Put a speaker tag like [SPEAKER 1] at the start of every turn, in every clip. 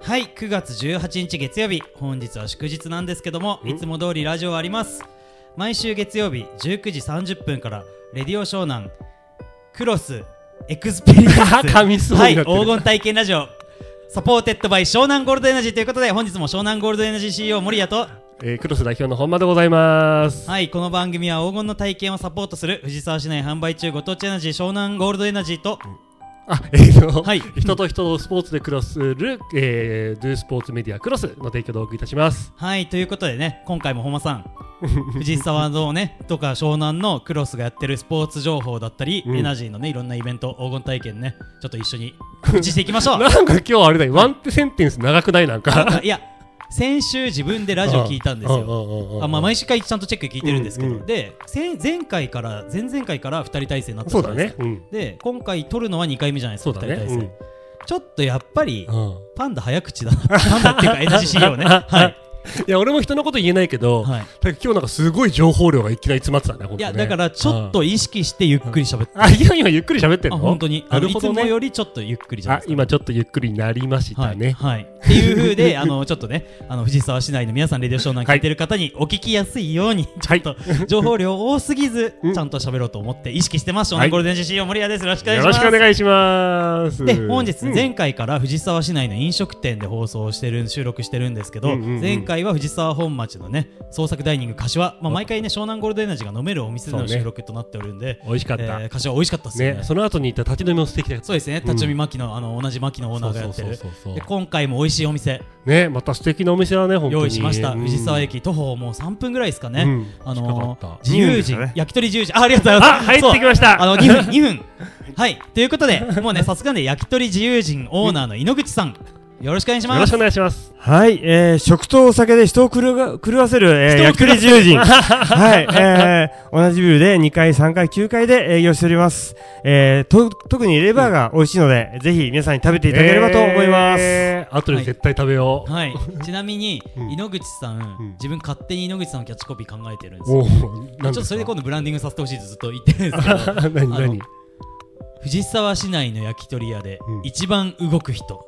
[SPEAKER 1] はい9月18日月曜日本日は祝日なんですけどもいつも通りラジオはあります毎週月曜日19時30分から「レディオ湘南クロスエクスペ リエンス」
[SPEAKER 2] 噛みそう
[SPEAKER 1] は
[SPEAKER 2] に
[SPEAKER 1] い
[SPEAKER 2] なってる
[SPEAKER 1] 黄金体験ラジオサポーテッドバイ湘南ゴールドエナジーということで本日も湘南ゴールドエナジー CEO 森谷と
[SPEAKER 2] えー、クロス代表の本間でございます。
[SPEAKER 1] はいこの番組は黄金の体験をサポートする藤沢市内販売中ご当地エナジー湘南ゴールドエナジーと
[SPEAKER 2] あ、えーと、
[SPEAKER 1] はい
[SPEAKER 2] 人と人をスポーツでクロスする、えー、ドゥスポーツメディアクロスの提供でお送りいたします。
[SPEAKER 1] はいということでね今回も本間さん 藤沢のねとか湘南のクロスがやってるスポーツ情報だったり、
[SPEAKER 2] うん
[SPEAKER 1] エナジーのねいろんなイベント黄金体験ねちょっと一緒に 告知していきましょう
[SPEAKER 2] なんか今日あれだよ、ワンセンテンス長くないなんか。
[SPEAKER 1] いや先週自分でラジオ聞いたんですよ
[SPEAKER 2] よ
[SPEAKER 1] あまあ、毎週回ちゃんとチェック聞いてるんですけど、
[SPEAKER 2] うんうん
[SPEAKER 1] で前前回から前々回から2人体制になったじ
[SPEAKER 2] そ
[SPEAKER 1] ゃ
[SPEAKER 2] う
[SPEAKER 1] な
[SPEAKER 2] だ
[SPEAKER 1] いですか。
[SPEAKER 2] ねうん。
[SPEAKER 1] で今回撮るのは2回目じゃないです
[SPEAKER 2] そ
[SPEAKER 1] か
[SPEAKER 2] うだ
[SPEAKER 1] 2人
[SPEAKER 2] ね
[SPEAKER 1] 体。制、
[SPEAKER 2] うん
[SPEAKER 1] ちょっとやっぱり
[SPEAKER 2] うん
[SPEAKER 1] パンダ早口だなパンダっていうかエナジー CEO ねはい、
[SPEAKER 2] いや俺も人のこと言えないけど、
[SPEAKER 1] はい、
[SPEAKER 2] だけど今日なんかすごい情報量がいきなり詰まってたね。本当
[SPEAKER 1] いや
[SPEAKER 2] ね
[SPEAKER 1] だからちょっと意識してゆっくり喋って
[SPEAKER 2] あ、いや今ゆっくり喋ってんの
[SPEAKER 1] あ本当にあの
[SPEAKER 2] なる
[SPEAKER 1] い
[SPEAKER 2] ほ
[SPEAKER 1] つ
[SPEAKER 2] ど
[SPEAKER 1] も
[SPEAKER 2] ね。
[SPEAKER 1] よりちょっとゆっくりじゃない
[SPEAKER 2] あ
[SPEAKER 1] ですか
[SPEAKER 2] 今ちょっとゆっくりになりました
[SPEAKER 1] はい、
[SPEAKER 2] ね。
[SPEAKER 1] はい、っていう風 であのちょっとねあの藤沢市内の皆さんレディオ湘南聞いてる方にお聞きやすいよう に、
[SPEAKER 2] はい
[SPEAKER 1] ちょっと情報量多すぎず、
[SPEAKER 2] うん
[SPEAKER 1] ちゃんと喋ろうと思って意識してます湘
[SPEAKER 2] は
[SPEAKER 1] 南
[SPEAKER 2] い
[SPEAKER 1] ゴールデン GCO 森谷ですよろしくお願い
[SPEAKER 2] よ
[SPEAKER 1] し
[SPEAKER 2] ろ
[SPEAKER 1] ます
[SPEAKER 2] しくお願いします。
[SPEAKER 1] で本日、
[SPEAKER 2] うん
[SPEAKER 1] 前回から藤沢市内の飲食店で放送してる収録してるんですけど、
[SPEAKER 2] うんうんうん
[SPEAKER 1] 前回は藤沢本町のね創作ダイニング柏、まあ、毎回ね湘南ゴールドエナジーが飲めるお店での
[SPEAKER 2] そうね
[SPEAKER 1] 収録となっておるんで、
[SPEAKER 2] 美味しかった。
[SPEAKER 1] えー柏美味しかったですよね
[SPEAKER 2] ね、その後に行った立ち飲みも素敵だった。
[SPEAKER 1] そうですね立ち読み牧野、あの同じ牧野オーナーがやってる
[SPEAKER 2] そうそうそうそう
[SPEAKER 1] で今回も美味しいお店
[SPEAKER 2] ね、また素敵なお店だね、本当に。
[SPEAKER 1] 用意しました、
[SPEAKER 2] うん
[SPEAKER 1] 藤沢駅徒歩もう3分ぐらいですかね、
[SPEAKER 2] うん
[SPEAKER 1] あ
[SPEAKER 2] 近
[SPEAKER 1] の
[SPEAKER 2] かっ
[SPEAKER 1] ー、
[SPEAKER 2] た
[SPEAKER 1] 自由
[SPEAKER 3] いい
[SPEAKER 1] 人、
[SPEAKER 3] んですね
[SPEAKER 1] 焼き鳥自由人あありがとうござい
[SPEAKER 2] あ、
[SPEAKER 1] ます
[SPEAKER 2] 入ってきまし
[SPEAKER 1] そうあ
[SPEAKER 2] た。
[SPEAKER 1] の2分2分はいということでもうねさすがね焼き鳥自由人オーナーの井ノ口さんよろしくお願いし
[SPEAKER 2] よ
[SPEAKER 1] ま
[SPEAKER 2] ろし
[SPEAKER 1] す
[SPEAKER 2] くお願いします。
[SPEAKER 3] はい、えー、食とお酒で人を狂が狂わせる、えー、
[SPEAKER 1] 人を
[SPEAKER 3] 焼き
[SPEAKER 1] 狂わ
[SPEAKER 3] 鳥
[SPEAKER 1] せ
[SPEAKER 3] 自由人。はい、えー、同じビルで2回、3回、9回で営業しております。えー、と、特にレバーが美味しいので、ぜひ皆さんに食べていただければと思います。
[SPEAKER 2] えー。後で絶対食べよう。
[SPEAKER 1] はいちなみに
[SPEAKER 2] うん
[SPEAKER 1] 井ノ口さん、
[SPEAKER 2] うん
[SPEAKER 1] 自分勝手に井ノ口さんのキャッチコピー考えてるんですよ
[SPEAKER 2] おお、
[SPEAKER 1] ちょ
[SPEAKER 2] な
[SPEAKER 1] っと
[SPEAKER 2] んですか
[SPEAKER 1] それで今度ブランディングさせてほしいとずっと言ってるんですけど
[SPEAKER 2] 何
[SPEAKER 1] あの
[SPEAKER 2] 何
[SPEAKER 1] 藤沢市内の焼き鳥屋で
[SPEAKER 2] うん
[SPEAKER 1] 一番動く 人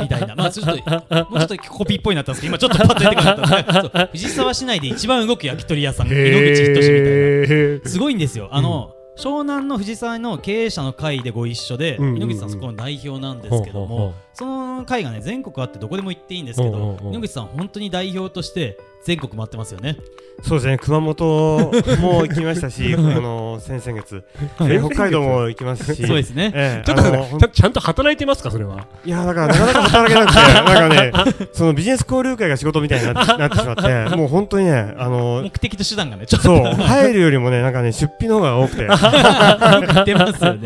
[SPEAKER 1] みたいな、まあちょっともうちょっとコピーっぽいなったんですけど今ちょっとパッと出てこなかったんですけど そう藤沢市内で一番動く焼き鳥屋さん井ノ口仁志みたいな
[SPEAKER 2] へー
[SPEAKER 1] すごいんですよあの、湘南の藤沢の経営者の会でご一緒で、
[SPEAKER 2] うんうんうん
[SPEAKER 1] 井ノ口さんそこの代表なんですけども、
[SPEAKER 2] ほうほうほう
[SPEAKER 1] その会がね全国あってどこでも行っていいんですけど、
[SPEAKER 2] ほうほうほう
[SPEAKER 1] 井ノ口さん本当に代表として全国回ってますよね
[SPEAKER 3] そうですね、熊本も行きましたし、あの、先々月、えー北海道も行きますし。
[SPEAKER 1] そうですね、
[SPEAKER 3] えー
[SPEAKER 2] ちょっと
[SPEAKER 3] あ
[SPEAKER 2] 待
[SPEAKER 3] の
[SPEAKER 2] ってちゃちゃんと働いてますか、それは。
[SPEAKER 3] いやだからなかなか働けなくてなんかねそのビジネス交流会が仕事みたいになってなってしまってもう本当にねあの
[SPEAKER 1] 目的と手段がねちょ っと
[SPEAKER 3] そう、入るよりもね、なんかね、出費の方が多くて。
[SPEAKER 1] よく出ますよね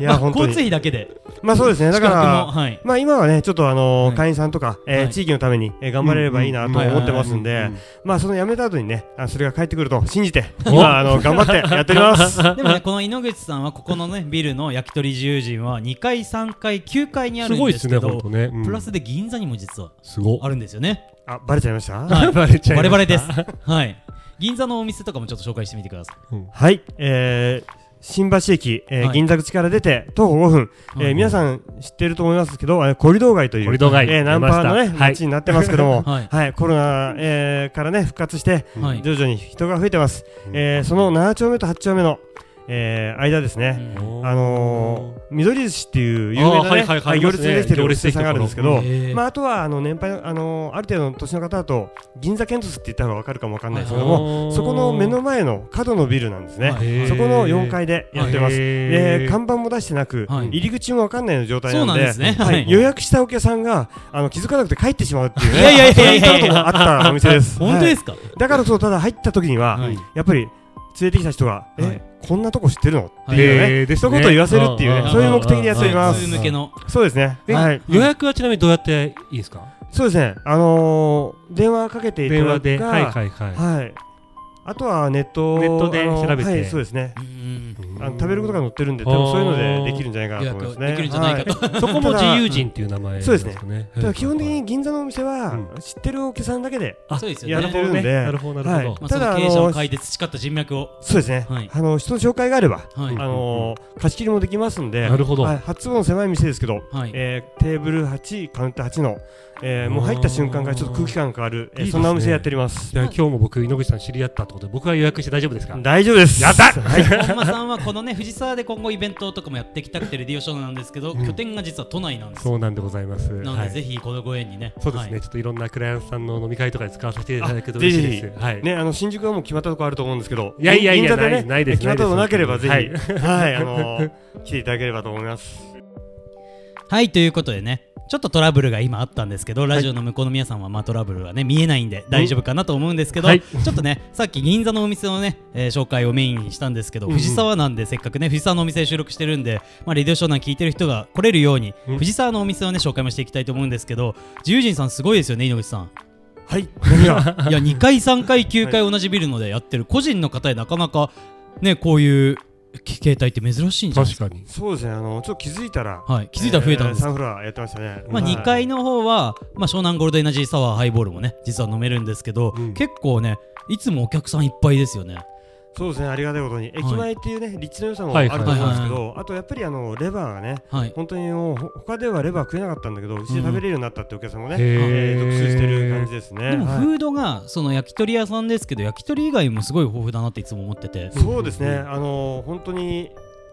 [SPEAKER 3] いや、
[SPEAKER 1] まあ
[SPEAKER 3] 本当
[SPEAKER 1] 交通
[SPEAKER 3] に。
[SPEAKER 1] 費だけで
[SPEAKER 3] まあそうですね、だか
[SPEAKER 1] 宿泊も
[SPEAKER 3] ら、
[SPEAKER 1] はい
[SPEAKER 3] まあ今はね、ちょっとあのー
[SPEAKER 1] はい
[SPEAKER 3] 会員さんとか、えー
[SPEAKER 1] はい
[SPEAKER 3] 地域のために、えー頑張れればいいなと思ってますん
[SPEAKER 2] うんうんう
[SPEAKER 3] で
[SPEAKER 2] んうん、
[SPEAKER 3] まあその辞めた後にね、あそれが帰ってくると信じて、
[SPEAKER 2] お
[SPEAKER 3] 今、あの、頑張ってやっております。
[SPEAKER 1] でもね、この井ノ口さんはここのねビルの焼き鳥自由人は2階、3階、9階にあ
[SPEAKER 2] す
[SPEAKER 1] るん
[SPEAKER 2] ご
[SPEAKER 1] で
[SPEAKER 2] いですす
[SPEAKER 1] け
[SPEAKER 2] ね、
[SPEAKER 1] ど、
[SPEAKER 2] 本当ね。うん
[SPEAKER 1] プラスで銀座にも実は
[SPEAKER 2] すごっ。
[SPEAKER 1] あるんですよ ね。
[SPEAKER 3] あ、バレちゃいました
[SPEAKER 1] はい
[SPEAKER 2] バレちゃいました
[SPEAKER 1] バレバレです。はい。銀座のお店とかもちょっと紹介してみてください。
[SPEAKER 3] はい、えー新橋駅、えー
[SPEAKER 1] はい
[SPEAKER 3] 銀座口から出て徒歩5分、えー
[SPEAKER 1] はい
[SPEAKER 3] 皆さん知ってると思いますけど、えーコリドー街という
[SPEAKER 2] コリドー街
[SPEAKER 3] えーナンパの、
[SPEAKER 2] 出ま
[SPEAKER 3] ね、
[SPEAKER 2] したはい
[SPEAKER 3] 街になってますけど も、
[SPEAKER 1] はい
[SPEAKER 3] コロナ、えーから、ね、復活して、
[SPEAKER 1] はい。
[SPEAKER 3] 徐々に人が増えてます、えーその7丁目と8丁目の、えー間ですね、あのー、緑寿司っていう有名
[SPEAKER 2] あーは
[SPEAKER 3] な、
[SPEAKER 2] い
[SPEAKER 3] ね
[SPEAKER 2] はいはい
[SPEAKER 3] はい行列でできてるお
[SPEAKER 2] 行
[SPEAKER 3] 店
[SPEAKER 2] 列できて
[SPEAKER 3] さ
[SPEAKER 2] ると
[SPEAKER 3] んが
[SPEAKER 2] こ
[SPEAKER 3] あ
[SPEAKER 2] ろ
[SPEAKER 3] るんですけど、
[SPEAKER 1] へー
[SPEAKER 3] まあ、あとはあの年配の、あのーある程度の年の方だと銀座建設って言ったら分かるかも分かんないですけども、
[SPEAKER 2] あー
[SPEAKER 3] そこの目の前の角のビルなんですね、
[SPEAKER 1] はい
[SPEAKER 2] へー
[SPEAKER 3] そこの4階でやってます、
[SPEAKER 2] へ
[SPEAKER 3] で
[SPEAKER 2] ー
[SPEAKER 3] 看板も出してなく、
[SPEAKER 1] はい
[SPEAKER 3] 入り口も分かんないような状態
[SPEAKER 1] そうな
[SPEAKER 3] な
[SPEAKER 1] ん
[SPEAKER 3] んで
[SPEAKER 1] ですね。は
[SPEAKER 3] はいい、。予約したお客さんがあの気づかなくて帰ってしまうっていうね
[SPEAKER 1] いやいやいやいやいや
[SPEAKER 3] そうこともあったお店で す
[SPEAKER 1] 本当
[SPEAKER 3] はい
[SPEAKER 1] ですか。
[SPEAKER 3] だからそうただ入った時には、
[SPEAKER 1] はい
[SPEAKER 3] やっぱり連れてきた人が、
[SPEAKER 1] はい
[SPEAKER 3] えこんなとこ知ってるのっていうね、
[SPEAKER 2] えーです
[SPEAKER 3] 一
[SPEAKER 2] ね
[SPEAKER 3] 言言わせるっていう
[SPEAKER 2] あ
[SPEAKER 3] ね
[SPEAKER 2] ー
[SPEAKER 3] そういう目的でやっておりま
[SPEAKER 1] 普
[SPEAKER 3] す
[SPEAKER 1] 通向けの。
[SPEAKER 3] そうですね
[SPEAKER 2] え
[SPEAKER 3] はい
[SPEAKER 2] 予約はちなみにどうやっていいですか
[SPEAKER 3] そうですねあのー電話かけていた
[SPEAKER 2] 電
[SPEAKER 3] だ
[SPEAKER 2] 話
[SPEAKER 3] く
[SPEAKER 2] で。
[SPEAKER 3] か
[SPEAKER 2] はいはいはい。
[SPEAKER 3] はいあとはネット
[SPEAKER 2] ネットで
[SPEAKER 3] あの
[SPEAKER 2] 調べて
[SPEAKER 3] はい、そうですね。
[SPEAKER 1] うん
[SPEAKER 3] あの食べることが載ってるんで、
[SPEAKER 2] あ
[SPEAKER 3] 多
[SPEAKER 2] ー
[SPEAKER 3] 分そういうのでできるんじゃないかなと思います
[SPEAKER 1] 予約でき
[SPEAKER 3] ね。
[SPEAKER 1] るんじゃないかと、
[SPEAKER 2] そこも自由人っていう名前なんか
[SPEAKER 3] そう
[SPEAKER 2] ね。
[SPEAKER 3] ただ基本的に銀座のお店
[SPEAKER 2] う
[SPEAKER 3] は
[SPEAKER 2] ん
[SPEAKER 3] 知ってるお客さんだけで、
[SPEAKER 2] あ
[SPEAKER 1] そうです
[SPEAKER 3] や
[SPEAKER 1] よ
[SPEAKER 3] る
[SPEAKER 1] ね
[SPEAKER 3] ほどね
[SPEAKER 2] なるほど、なるほ
[SPEAKER 1] まあ、
[SPEAKER 3] た
[SPEAKER 1] そ
[SPEAKER 3] だ
[SPEAKER 1] の経営者
[SPEAKER 3] あ
[SPEAKER 1] を
[SPEAKER 3] の
[SPEAKER 1] 変えて培った人脈を
[SPEAKER 3] そうですね、
[SPEAKER 1] はい
[SPEAKER 3] あの人の紹介があれば、
[SPEAKER 1] はい、
[SPEAKER 2] うん
[SPEAKER 3] あの貸し切りもできますん
[SPEAKER 2] ど。
[SPEAKER 3] で
[SPEAKER 2] な、るほど。
[SPEAKER 3] はい、初の狭い店ですけど、
[SPEAKER 1] はい
[SPEAKER 3] えーテーブル8、カウンター8の、えーもう入った瞬間からちょっと空気感変わる、えー
[SPEAKER 2] いいです
[SPEAKER 3] そ
[SPEAKER 2] ね
[SPEAKER 3] んなお店やっております。
[SPEAKER 2] じゃあ今日も僕、井ノ口さん知り合ったってことで、僕が予約して大丈夫ですか
[SPEAKER 3] 大丈夫です。やったはい、
[SPEAKER 1] 本間さんはこのね藤沢で今後イベントとかもやっていきたくてレディオショーなんですけど、拠点が実は都内なんですよ
[SPEAKER 2] そうなんでございます。
[SPEAKER 1] なの
[SPEAKER 2] は
[SPEAKER 1] で
[SPEAKER 2] い
[SPEAKER 1] ぜひこのご縁にね
[SPEAKER 2] そうです
[SPEAKER 1] は
[SPEAKER 2] ね。
[SPEAKER 1] い
[SPEAKER 2] ちょっといろんなクライアントさんの飲み会とかで使わせていただけると嬉しい
[SPEAKER 3] あぜ
[SPEAKER 2] です。はい。
[SPEAKER 3] ね、あの新宿はもう決まったとこあると思うんですけど、
[SPEAKER 2] いやいやいや
[SPEAKER 3] 銀座でね
[SPEAKER 2] ないないです
[SPEAKER 3] 決まったとこなければ
[SPEAKER 2] な
[SPEAKER 3] ぜ
[SPEAKER 2] い
[SPEAKER 3] ひ、
[SPEAKER 2] で
[SPEAKER 3] はい、あのー来ていただければと思います。
[SPEAKER 1] はいということでねちょっとトラブルが今あったんですけどラジオの向こうの皆さんはまあトラブルはね見えないんで大丈夫かなと思うんですけど、
[SPEAKER 2] はい
[SPEAKER 1] ちょっとねさっき銀座のお店のね、えー紹介をメインにしたんですけど、藤沢なんでせっかくね藤沢のお店で収録してるんで、まあ、レディオショーなん聞いてる人が来れるように、藤沢のお店をね紹介もしていきたいと思うんですけど自由人さんすごいですよね井ノ口さん。
[SPEAKER 3] はい、何が
[SPEAKER 1] いや2回3回9回同じビルのでやってる個人の方でなかなかねこういう携帯って珍しいんじゃないです
[SPEAKER 2] 確
[SPEAKER 1] か
[SPEAKER 2] かに。
[SPEAKER 3] そうですね、あのちょっと気づいたら、
[SPEAKER 1] はい、気づいたら増えたんです、
[SPEAKER 3] えーサンフラワーやってましたね。
[SPEAKER 1] まあ、
[SPEAKER 3] はい
[SPEAKER 1] 2階の方は、まあ、湘南ゴールドエナジーサワーハイボールもね実は飲めるんですけど、
[SPEAKER 2] うん
[SPEAKER 1] 結構ねいつもお客さんいっぱいですよね
[SPEAKER 3] そうですね、ありがたいことに、駅前っていうね、立地の良さもあ
[SPEAKER 2] はい
[SPEAKER 3] る
[SPEAKER 2] は
[SPEAKER 3] と
[SPEAKER 2] い
[SPEAKER 3] 思うんですけど、あとやっぱりあのレバーがね、
[SPEAKER 1] はい
[SPEAKER 3] 本当にもうほ他ではレバー食えなかったんだけど、うちで食べれるようになったってお客さんもね、
[SPEAKER 2] へー
[SPEAKER 3] えー特集してる感じですね。
[SPEAKER 1] でも
[SPEAKER 3] はい
[SPEAKER 1] フードがその焼き鳥屋さんですけど焼き鳥以外もすごい豊富だなっていつも思ってて
[SPEAKER 3] そうですね、あの本当に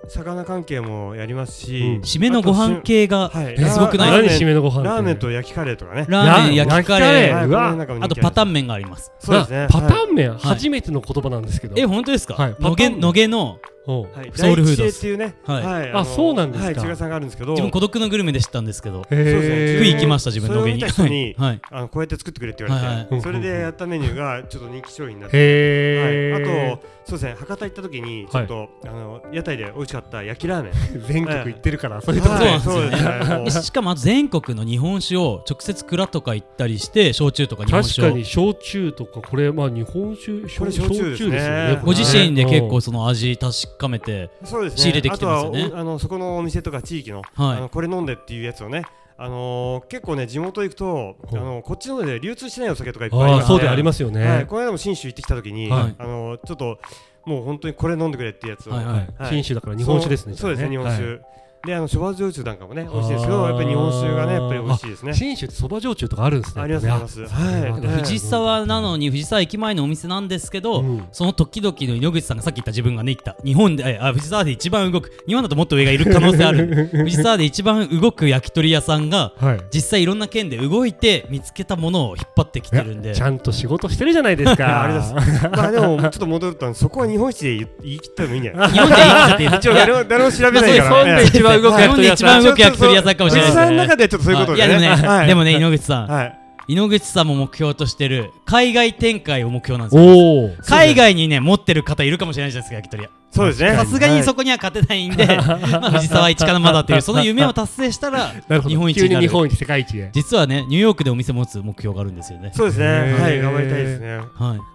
[SPEAKER 3] 魚関係もやりますし、
[SPEAKER 2] うん
[SPEAKER 1] 締めのご飯系が
[SPEAKER 3] はい
[SPEAKER 1] えすごくない
[SPEAKER 3] ラー
[SPEAKER 2] 何
[SPEAKER 3] メン
[SPEAKER 2] 締めのご飯って
[SPEAKER 3] ラーメンと焼きカレーとかね。
[SPEAKER 1] ラーメン焼きカレー
[SPEAKER 2] ラーメン焼きカレー
[SPEAKER 3] はいう
[SPEAKER 2] わ
[SPEAKER 3] この中も人気
[SPEAKER 1] あとパターン麺があります
[SPEAKER 3] そうですね
[SPEAKER 2] なパタ
[SPEAKER 3] はい
[SPEAKER 2] ーン麺、初めての言葉なんですけど。
[SPEAKER 1] え本当ですか、
[SPEAKER 2] はい
[SPEAKER 1] の
[SPEAKER 2] パタ
[SPEAKER 1] げ
[SPEAKER 2] ーン
[SPEAKER 1] のげの
[SPEAKER 2] おう
[SPEAKER 3] ン、はい、
[SPEAKER 1] ソウルフード
[SPEAKER 3] 第
[SPEAKER 1] で
[SPEAKER 3] 一
[SPEAKER 1] す
[SPEAKER 3] っていうね、
[SPEAKER 1] はい
[SPEAKER 3] はい
[SPEAKER 2] あ
[SPEAKER 3] の
[SPEAKER 2] そうなんですか
[SPEAKER 3] はい、中華屋さんがあるんですけど、
[SPEAKER 1] 自分
[SPEAKER 3] そう
[SPEAKER 1] 孤独のグルメで知ったんですけど
[SPEAKER 3] ですね
[SPEAKER 1] 福井
[SPEAKER 2] へ
[SPEAKER 1] 行きました自分の
[SPEAKER 3] それ
[SPEAKER 1] 家
[SPEAKER 3] を見
[SPEAKER 1] に
[SPEAKER 3] た人に、
[SPEAKER 1] はい
[SPEAKER 3] あのこうやって作ってくれって言われて、
[SPEAKER 1] はい
[SPEAKER 2] はい
[SPEAKER 3] それでやったメニューがちょっと人気商品になって、
[SPEAKER 2] へ
[SPEAKER 3] はい、
[SPEAKER 2] ー
[SPEAKER 3] あとそうですね博多行った時にちょっと、あの屋台で美味しかった焼きラーメン
[SPEAKER 2] 全国行ってるから、そういうとこ
[SPEAKER 1] は
[SPEAKER 2] ろ
[SPEAKER 1] い
[SPEAKER 2] で。
[SPEAKER 1] そうなんですよね
[SPEAKER 3] そ うですね
[SPEAKER 1] しかもあと全国の日本酒を直接蔵とか行ったりして焼酎とか日本
[SPEAKER 2] 確
[SPEAKER 1] 酒
[SPEAKER 2] か
[SPEAKER 1] を
[SPEAKER 2] に焼酎とかこれまあ日本酒
[SPEAKER 3] これ
[SPEAKER 2] 焼
[SPEAKER 3] 焼酎ですね
[SPEAKER 2] 焼よ
[SPEAKER 3] はい
[SPEAKER 1] ご自身で結構
[SPEAKER 2] はい
[SPEAKER 1] その味確かめて
[SPEAKER 3] そうですね
[SPEAKER 1] 仕入れてきてますよね
[SPEAKER 3] あとはおあのそこのお店とか地域の,、
[SPEAKER 1] はい
[SPEAKER 3] あのこれ飲んでっていうやつをねあのー結構ね地元行くとあ
[SPEAKER 2] ほう
[SPEAKER 3] のこっちの方で流通してないお酒とかいっぱいあり
[SPEAKER 2] あ
[SPEAKER 3] ま
[SPEAKER 2] あ
[SPEAKER 3] す
[SPEAKER 2] そうであり
[SPEAKER 3] ま
[SPEAKER 2] ますよ
[SPEAKER 3] ねはい、
[SPEAKER 2] ね。
[SPEAKER 3] この間も信州行ってきた時に、
[SPEAKER 2] はい
[SPEAKER 3] あのーちょっともう本当にこれ飲んでくれっていうやつを、
[SPEAKER 1] はいはい
[SPEAKER 2] はい
[SPEAKER 3] はい
[SPEAKER 2] 品種だから日本酒ですね。
[SPEAKER 3] そうそうですね
[SPEAKER 2] じ
[SPEAKER 3] 日
[SPEAKER 2] ゃあ
[SPEAKER 3] 本酒、
[SPEAKER 2] はい
[SPEAKER 3] であの諸発焼酎なんかもね美味しいですけどやっぱり日本酒がねやっぱり美味しいですね
[SPEAKER 2] 信州ってそば焼酎とかあるんですね。
[SPEAKER 3] ありますありますはい
[SPEAKER 2] そうなんだ
[SPEAKER 3] ええ
[SPEAKER 1] 藤沢なのに藤沢駅前のお店なんですけど、
[SPEAKER 2] うん
[SPEAKER 1] その時々の井ノ口さんがさっき言った自分がね言った日本でえあ藤沢で一番動く日本だともっと上がいる可能性ある藤沢で一番動く焼き鳥屋さんが
[SPEAKER 2] はい。
[SPEAKER 1] 実際いろんな県で動いて見つけたものを引っ張ってきてるんで
[SPEAKER 2] ちゃんと仕事してるじゃないですか。
[SPEAKER 3] あれです。まあでもちょっと戻るとそこは日本一で言言い切ってもいいんじゃ ない。
[SPEAKER 1] 日本でいいんですって言っ
[SPEAKER 3] 一応誰も誰も調べない
[SPEAKER 1] ま
[SPEAKER 3] か
[SPEAKER 1] あ
[SPEAKER 3] ら。
[SPEAKER 1] そうです
[SPEAKER 2] 一番動く
[SPEAKER 1] 日
[SPEAKER 2] 焼き
[SPEAKER 1] 本で一番
[SPEAKER 2] 鳥屋さん。
[SPEAKER 1] 動く焼き鳥屋さんかもしれない
[SPEAKER 3] 藤
[SPEAKER 1] です
[SPEAKER 3] 沢
[SPEAKER 1] ね
[SPEAKER 3] の中でちょっとそういうことでね。
[SPEAKER 1] あいやでもね、
[SPEAKER 3] はい
[SPEAKER 1] でもね井ノ口さん、
[SPEAKER 3] はい。
[SPEAKER 1] 井ノ口さんも目標としてる海外展開を目標なんですよ
[SPEAKER 2] おお。
[SPEAKER 1] 海外にね持ってる方いるかもしれないじゃないですか焼き鳥屋
[SPEAKER 3] そうですね。
[SPEAKER 1] さすがに
[SPEAKER 3] はい
[SPEAKER 1] そこには勝てないんで、 まあ藤沢一からまだっていうその夢を達成したら
[SPEAKER 2] なるほど
[SPEAKER 1] 日本一
[SPEAKER 2] 急
[SPEAKER 1] に
[SPEAKER 2] に
[SPEAKER 1] な
[SPEAKER 2] 日
[SPEAKER 1] る
[SPEAKER 2] 本一世界一へ。
[SPEAKER 1] 実はねニューヨークでお店持つ目標があるんですよね
[SPEAKER 3] そうですね。
[SPEAKER 2] へー
[SPEAKER 3] はい頑張りたいですね。
[SPEAKER 1] はい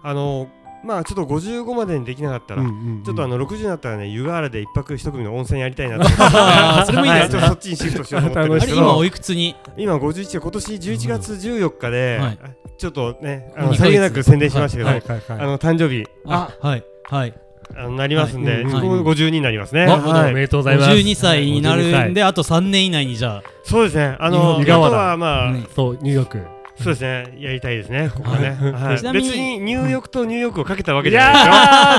[SPEAKER 3] あのまあちょっと55までにできなかったら。ちょっとあ
[SPEAKER 2] の
[SPEAKER 3] の60になったらね、湯河原で一泊一組の温泉やりたいなと思って
[SPEAKER 1] あーそれもいいですね
[SPEAKER 3] はちょっとそっちにシフトしようと思ってるん
[SPEAKER 1] あ
[SPEAKER 3] で
[SPEAKER 1] れ
[SPEAKER 3] すけ
[SPEAKER 1] 今
[SPEAKER 3] ど、
[SPEAKER 1] おいくつに
[SPEAKER 3] 今51で今年11月14日で
[SPEAKER 1] はい、
[SPEAKER 3] ちょっとね、あ
[SPEAKER 1] もう
[SPEAKER 3] の
[SPEAKER 1] 二ヶ
[SPEAKER 3] さ
[SPEAKER 1] 月
[SPEAKER 3] りげなく宣伝しましたけど、
[SPEAKER 2] はい
[SPEAKER 3] あ
[SPEAKER 2] はいはい。
[SPEAKER 3] の誕生日、
[SPEAKER 1] あはいはい
[SPEAKER 3] あのなりますん
[SPEAKER 2] はい
[SPEAKER 3] で、
[SPEAKER 2] うん
[SPEAKER 1] うん
[SPEAKER 3] 僕も52になりますね。
[SPEAKER 2] なるほど
[SPEAKER 3] は
[SPEAKER 2] お
[SPEAKER 3] い
[SPEAKER 2] めでとうございます。
[SPEAKER 1] 52歳になるんであと3年以内にじゃ
[SPEAKER 3] そうですね。あの、
[SPEAKER 2] 湯
[SPEAKER 3] 湯
[SPEAKER 2] 河原
[SPEAKER 3] 河原はまあ、
[SPEAKER 1] うん
[SPEAKER 2] そうニューヨーク。
[SPEAKER 3] そうですね。やりたいですね。ここはね。
[SPEAKER 1] ちな
[SPEAKER 3] はい
[SPEAKER 1] みに
[SPEAKER 3] 別にニューヨークとニューヨークをかけたわけ
[SPEAKER 2] い
[SPEAKER 3] じゃな